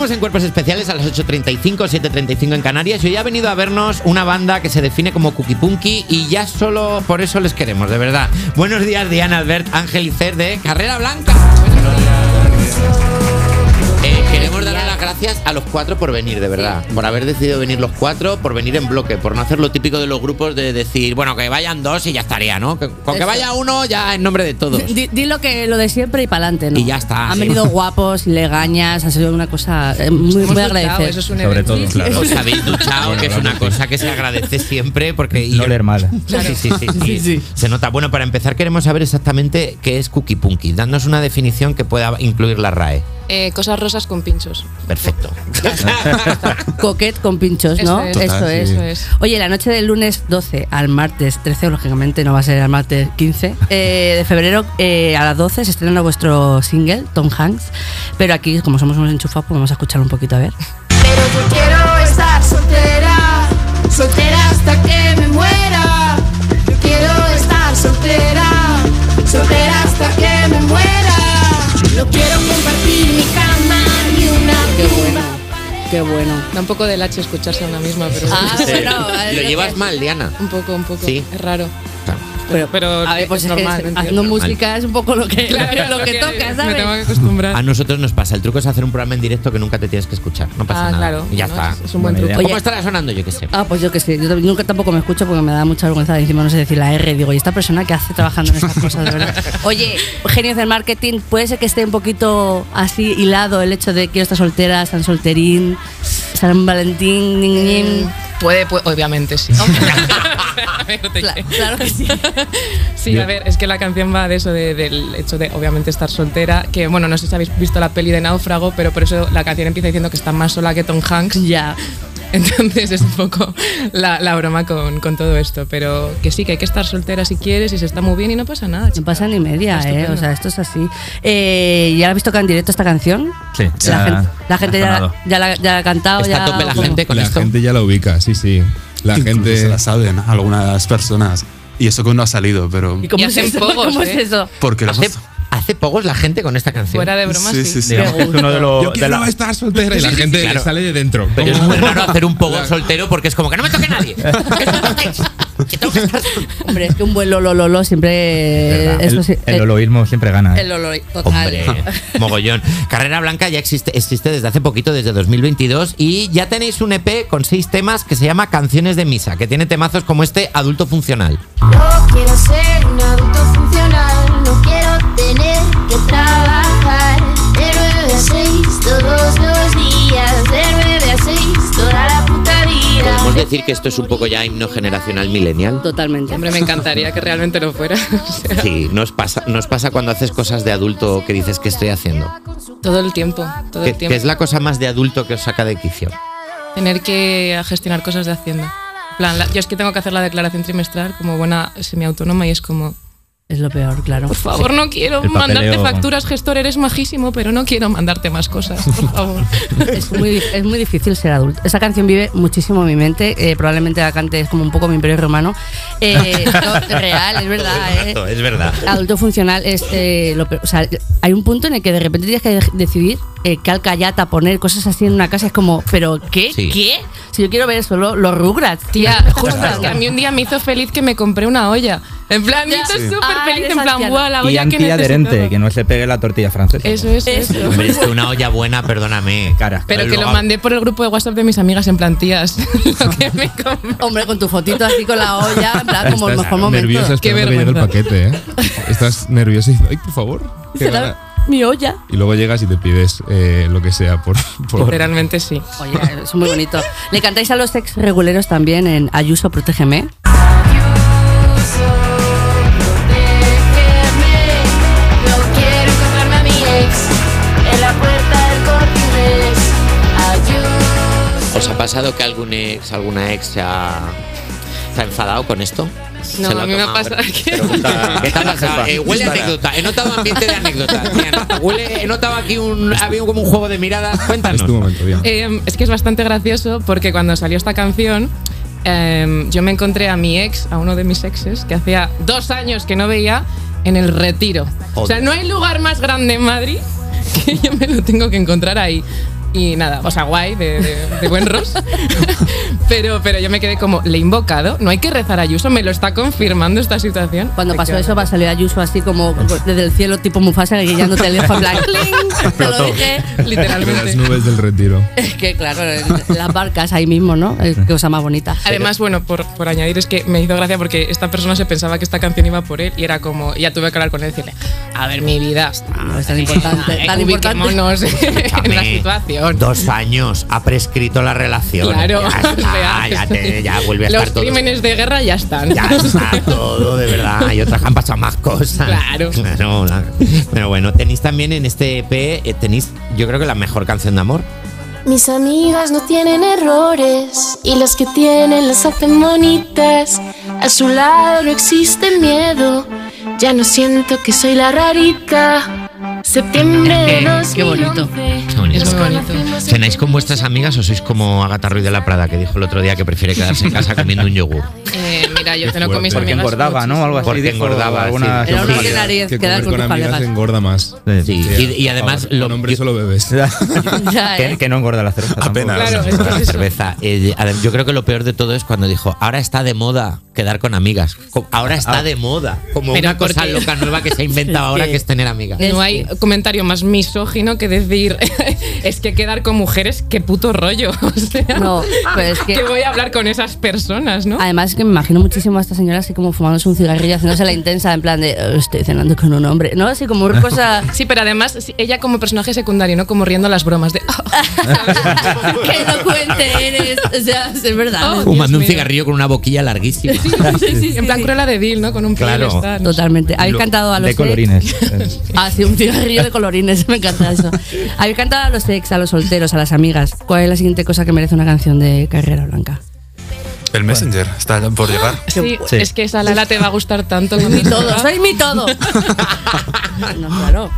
Estamos en Cuerpos Especiales a las 8.35, 7.35 en Canarias y hoy ha venido a vernos una banda que se define como Cookie Punky y ya solo por eso les queremos, de verdad. Buenos días Diana, Albert, Ángel y Cer de Carrera Blanca. Eh, queremos darle las gracias a los cuatro por venir, de verdad. Por haber decidido venir los cuatro, por venir en bloque, por no hacer lo típico de los grupos de decir, bueno, que vayan dos y ya estaría, ¿no? Que- con que Eso. vaya uno ya en nombre de todos. Di, di lo que lo de siempre y para adelante, ¿no? Y ya está, Han sí. venido guapos, legañas, ha sido una cosa eh, muy, Hemos muy duchado, Eso agradecida. es un Sobre evento. todo, claro. Os habéis duchado, Bueno, que es claro, una sí. cosa que se agradece siempre porque... y No yo- leer mal. Sí, sí, sí, sí. sí. Se nota. Bueno, para empezar queremos saber exactamente qué es Cookie Punky. Dadnos una definición que pueda incluir la RAE. Eh, cosas rosas con pinchos. Perfecto. Coquet con pinchos, ¿no? Eso es. Eso, Total, es. sí. Eso es. Oye, la noche del lunes 12 al martes 13, lógicamente no va a ser al martes 15, eh, de febrero eh, a las 12 se estrena vuestro single, Tom Hanks. Pero aquí, como somos unos enchufados, pues vamos a escuchar un poquito, a ver. Pero yo quiero estar soltera, soltera hasta que me muera. Yo quiero estar soltera, soltera hasta que me muera. No quiero compartir mi cama ni una Qué bueno, tumba. qué bueno. Da un poco de lache escucharse a una misma, pero Ah, Sí. bueno, eh, Lo llevas mal, Diana. un poco, un poco. Sí. Es raro. Claro. Pero, Pero a ver, pues es es que normal, entiendo. haciendo música es un poco lo que, lo que toca, Me tengo que ¿sabes? acostumbrar. A nosotros nos pasa. El truco es hacer un programa en directo que nunca te tienes que escuchar. No pasa Ah, nada. claro. Y ya Bueno, está. es- Es un buen Buena truco. idea. ¿Cómo Oye. estará sonando? Yo qué sé. Ah, pues yo que sé, yo tam- nunca tampoco me escucho porque me da mucha vergüenza de encima no sé decir la R, digo, y esta persona que hace trabajando en estas cosas, de verdad. Oye, genios del marketing, puede ser que esté un poquito así hilado el hecho de que está soltera, San Solterín, San Valentín, nin, Eh. nin. Puede, puede- obviamente sí. A ver, no te Cla- creo. claro que sí. Sí, a ver, es que la canción va de eso, de- del hecho de obviamente estar soltera, que bueno, no sé si habéis visto la peli de Náufrago, pero por eso la canción empieza diciendo que está más sola que Tom Hanks. Ya. Entonces es un poco la, la broma con, con todo esto, pero que sí, que hay que estar soltera si quieres y se está muy bien y no pasa nada. No chica. pasa ni media, Está ¿eh? estupendo. O sea, esto es así. Eh, ¿Ya la habéis tocado en directo esta canción? Sí, la, ya gente, la ha gente ya, la- sonado. ya la, ya la ha cantado. Está ah, ya, a tope la ¿cómo? gente con la esto. gente ya la ubica, sí, sí. La Incluso gente. la saben algunas personas. Y eso que no ha salido, pero. ¿Y cómo, Y es hacen eso? pogos, ¿Cómo es ¿eh? eso? Porque lo Hace, hemos- hace pocos la gente con esta canción. Fuera de broma, Sí, sí, sí. Digamos que es uno de los. Yo de quiero la- estar soltera y la gente claro. sale Eh, de dentro. Pero es Como- muy raro hacer un poco soltero porque es como que no me toque nadie. Que no me toquéis, que tengo que estar- Hombre, es que un buen lolo lolo siempre. el, eso sí, el holoísmo siempre gana. ¿eh? el lolo, total. Hombre, Eh, mogollón. Carrera Blanca ya existe, existe desde hace poquito, desde 2022, y ya tenéis un EP con seis temas que se llama Canciones de Misa, que tiene temazos como este Adulto Funcional. Yo quiero ser un adulto funcional, no quiero tener que trabajar. De 9 a 6 todos los días, de 9 a 6 toda la puta vida. Podemos decir que esto es un poco ya himno generacional millennial. Totalmente. Hombre, me encantaría que realmente lo fuera. O sea, Sí, nos pasa, nos pasa cuando haces cosas de adulto que dices que estoy haciendo. todo el tiempo, todo Que, el tiempo. que es la cosa más de adulto que os saca de quicio. Tener que gestionar cosas de Hacienda. En plan, la- yo es que tengo que hacer la declaración trimestral como buena semiautónoma y es como, Es lo peor, claro. por favor, no quiero El papeleo, mandarte bueno. facturas, gestor, eres majísimo, pero no quiero mandarte más cosas, por favor. Es muy, es muy difícil ser adulto. Esa canción vive muchísimo en mi mente. eh, probablemente la cante es como un poco mi imperio romano. Eh, no, es real, es verdad. eh. Es verdad. Adulto funcional es eh, lo peor. O sea, hay un punto en el que de repente tienes que de- decidir eh, qué alcayata poner, cosas así en una casa. Es como, ¿pero qué? Sí. ¿Qué? Si yo quiero ver solo los Rugrats, tía. Tía, justo Rugrats. es que a mí un día me hizo feliz que me compré una olla. En plan, me hizo Sí. súper Ah, feliz, eres en plan, anciana. guau, la Y olla que antiadherente, necesitaba. que no se pegue la tortilla francesa. Eso es, Eso. eso. Hombre, es que una olla buena, perdóname. Cara. Pero que lo Luego- mandé por el grupo de WhatsApp de mis amigas en plan, tías, lo que me compré. Hombre, con tu fotito así con la olla, en plan, como el Estás mejor momento. nerviosa Qué esperando que llegue el paquete, ¿eh? Estás nerviosa y dices, ay, por favor. qué Será gana". mi olla. Y luego llegas y te pides eh, lo que sea por. por- Realmente sí. Oye, es muy bonito. Le cantáis a los ex reguleros también en Ayuso Protégeme. Déjeme, no quiero encontrarme a mi ex en la puerta del corte Inglés. Ayúdame. ¿Os ha pasado que algún ex, alguna ex se ha, se ha enfadado con esto? No, Se lo a mí me ha tomado, pasado pero- que- pero ¿Qué te ha pasado? Eh, huele a anécdota. He notado ambiente de anécdota. Diana. Huele, he notado aquí un. Ha habido como un juego de miradas. Es Cuéntanos. tu momento, Diana. Eh, es que es bastante gracioso porque cuando salió esta canción, eh, yo me encontré a mi ex, a uno de mis exes, que hacía dos años que no veía, en el retiro. O sea, Joder. no hay lugar más grande en Madrid que yo me lo tengo que encontrar ahí. Y nada, o sea, guay, de, de- de buen ros. pero, pero yo me quedé como, le he invocado, no hay que rezar a Ayuso, me lo está confirmando esta situación. Cuando pasó eso, va a salir Ayuso así como desde el cielo, tipo Mufasa, guiándote el ojo en plan. "Cling", Te lo Explotó. dije. De las Literalmente. nubes del retiro. Es que, claro, en las barcas ahí mismo, ¿no? Es que cosa más bonita. Además, bueno, por, por añadir, es que me hizo gracia porque esta persona se pensaba que esta canción iba por él y era como, ya tuve que hablar con él y decirle, a ver, mi vida, No, es tan importante. eh, Tan importante. ubiquémonos en la Escúchame, situación. Dos años ha prescrito la relación. Claro, Ya, o está, sea, ya, te- ya vuelve a Los estar todo. crímenes de guerra ya están. Ya está todo, de verdad. Y otras que han pasado más cosas. Claro. Claro, claro. Pero bueno, tenéis también en este EP, eh, tenéis yo creo que la mejor canción de amor. Mis amigas no tienen errores y las que tienen las hacen bonitas. A su lado no existe miedo, ya no siento que soy la rarita. Septiembre de Qué bonito. 2011, Qué bonito. nos Qué bonito. conocemos en ¿Cenáis con vuestras amigas o sois como Agatha Ruiz de la Prada, que dijo el otro día que prefiere quedarse en casa comiendo un yogur? Eh, mira, yo te lo comí Porque engordaba, ¿no? Algo así. Porque dijo engordaba, alguna- sí. Era una Sí. de nariz, que quedar comer con con tus amigas colegas. engorda más. Sí. Y, y además, Lo, lo, hombre yo- solo bebes. Ya, Que, ¿eh? que no engorda la cerveza. tampoco. Apenas. Claro, es Con la que es eso. cerveza. Eh, adem- yo creo que lo peor de todo es cuando dijo, ahora está de moda quedar con amigas. Co- Ahora está de moda. Ah. Como Pero una cosa porque- loca nueva que se ha inventado ahora que es tener amigas. Es No hay que- comentario más misógino que decir es que quedar con mujeres, qué puto rollo. O sea, No, pero es que- que voy a hablar con esas personas, ¿no? Además, es que me imagino muchísimo a esta señora así como fumándose un cigarrillo, haciéndose la intensa, en plan de "Eh, estoy cenando con un hombre. No, así como una cosa. Sí, pero además sí, ella como personaje secundario, ¿no? Como riendo a las bromas de... "Ah, ¡Qué elocuente eres! O sea, es verdad. Oh, Fumando Dios un mío. cigarrillo con una boquilla larguísima. en plan Cruella de Vil, ¿no? Con un pie Claro. y está, ¿no? Totalmente. Habéis Lo- cantado a los De colorines. Es- ex? Ah, sí, un cigarrillo de colorines. Me encanta eso. Habéis cantado a los ex, a los solteros, a las amigas. ¿Cuál es la siguiente cosa que merece una canción de Carrera Blanca? El Messenger está por Ah, llegar. Sí, Sí. es que esa Lala te va a gustar tanto. como Mi todo, soy mi todo. no, claro.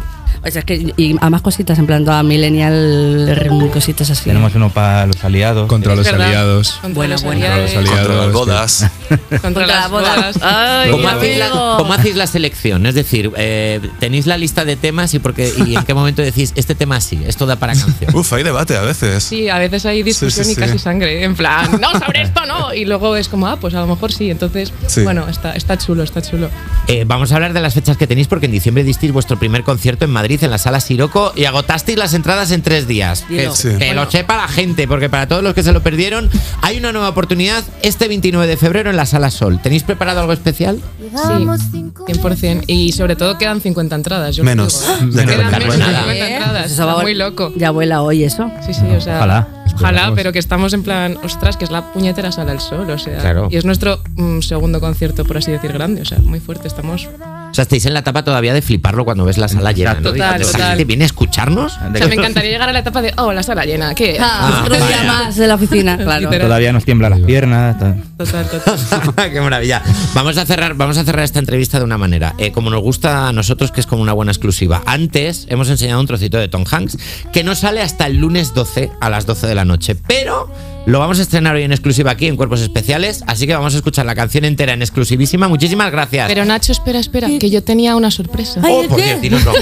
O sea, es que. Y a más cositas, en plan toda millennial, r- cositas así. Tenemos uno para los aliados. Contra los ¿Verdad? aliados. Contra Bueno, los bueno. Contra los aliados, aliados. Contra las bodas. Contra Contra las bodas. Ay, ¿Cómo amigo. hacéis, la, cómo hacéis la selección? Es decir, eh, tenéis la lista de temas y, porque, y en qué momento decís, este tema sí, esto da para canción. Uf, hay debate a veces. Sí, a veces hay Sí, discusión sí, y casi sí. sangre. ¿eh? En plan, no, sobre esto no. Y luego es como, ah, pues a lo mejor sí. Entonces, Sí. bueno, está, está chulo, está chulo. Eh, vamos a hablar de las fechas que tenéis porque en diciembre disteis vuestro primer concierto en Madrid en la sala Siroco y agotasteis las entradas en tres días. Que, Dilo. Sí. que lo sepa la gente, porque para todos los que se lo perdieron, hay una nueva oportunidad este 29 de febrero en la sala Sol. ¿Tenéis preparado algo especial? Sí, 100%. Y sobre todo quedan 50 entradas. Yo Menos. digo. ¿eh? Ya Quedan quedan menos de nada. 50 entradas. Pues eso va Está a- muy loco. Ya vuela hoy eso. Sí, sí, o sea. Ojalá. Ojalá, Esperamos. pero que estamos en plan, ostras, que es la puñetera sala del sol, o sea. Claro. Y es nuestro mm, segundo concierto, por así decir, grande, o sea, muy fuerte, estamos. O sea, estáis en la etapa todavía de fliparlo cuando ves la sala llena. ¿no? Total, Dices, "¿Esta total. gente viene a escucharnos? O sea, me encantaría llegar a la etapa de, oh, la sala llena, ¿qué? Ah, otro día más de la oficina, claro. Literal. Todavía nos tiemblan las piernas. tal. Total, total. Qué maravilla. Vamos a cerrar, vamos a cerrar esta entrevista de una manera, eh, como nos gusta a nosotros, que es como una buena exclusiva. Antes hemos enseñado un trocito de Tom Hanks que no sale hasta el lunes 12 a las 12 de la noche, pero lo vamos a estrenar hoy en exclusiva aquí en Cuerpos Especiales, así que vamos a escuchar la canción entera en exclusivísima. Muchísimas gracias. Pero Nacho, espera, espera, que yo tenía una sorpresa. Oh, por Dios, dinoslo.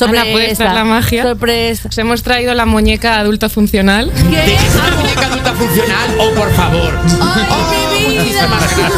Ana, ¿puedes dar la magia? Sorpresa. Os hemos traído la muñeca adulta funcional. ¿Qué? ¿Tienes una muñeca adulta funcional? Oh, por favor. ¡Ay, mi vida! Muchísimas gracias.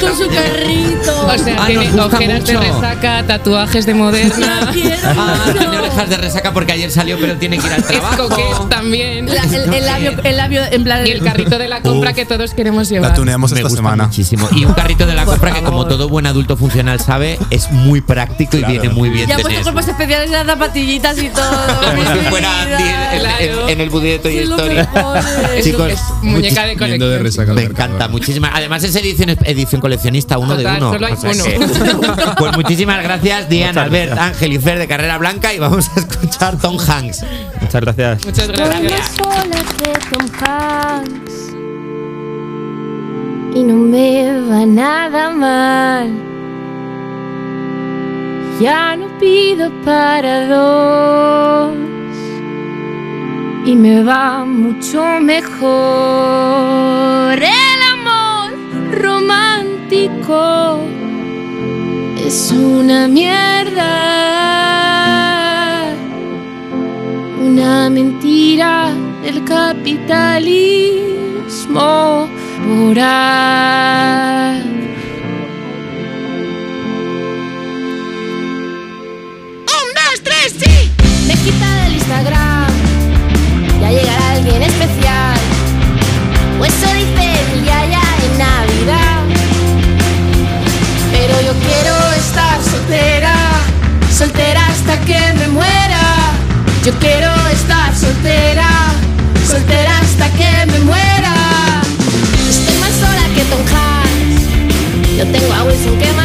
Con su carrito. O sea, Ah, nos tiene gusta ojeras de mucho. resaca, tatuajes de moderna. La quiero Ah, tiene mucho. orejas de resaca porque ayer salió, pero tiene que ir al Es trabajo. coquet también. La- el, el labio, el labio en plan Y el carrito de la compra que todos queremos La llevar. tuneamos Me esta gusta semana. muchísimo. Y un carrito de la compra que, como todo buen adulto funcional sabe, es muy práctico y viene muy bien Ya pues, he puesto tener. cuerpos especiales las zapatillitas y todo. Como si mi fuera vida. Andy en- en, claro. en el budget y Es lo Story. mejor. Es lo Chicos, que es muñeca de Yendo de colección. resaca al Me mercado. encanta, muchísimas. Además, es edición, edición coleccionista, uno Total, de uno. solo hay uno. que- pues muchísimas gracias, Diana, Albert, Ángel y Fer de Carrera Blanca. Y vamos a escuchar Tom Hanks. Muchas gracias. Muchas Con gracias. las olas de Tom Hanks. Y no me va nada mal. Ya no pido para dos. Y me va mucho mejor. El amor romántico es una mierda. Una una mentira del capitalismo moral. ¡Un, dos, tres, sí! Me quita del Instagram, ya llegará alguien especial. O eso dice mi yaya en Navidad. Pero yo quiero estar soltera, soltera hasta que me muera. Yo quiero estar soltera, soltera hasta que me muera. Estoy más sola que Tom Hanks. Yo tengo a Wilson que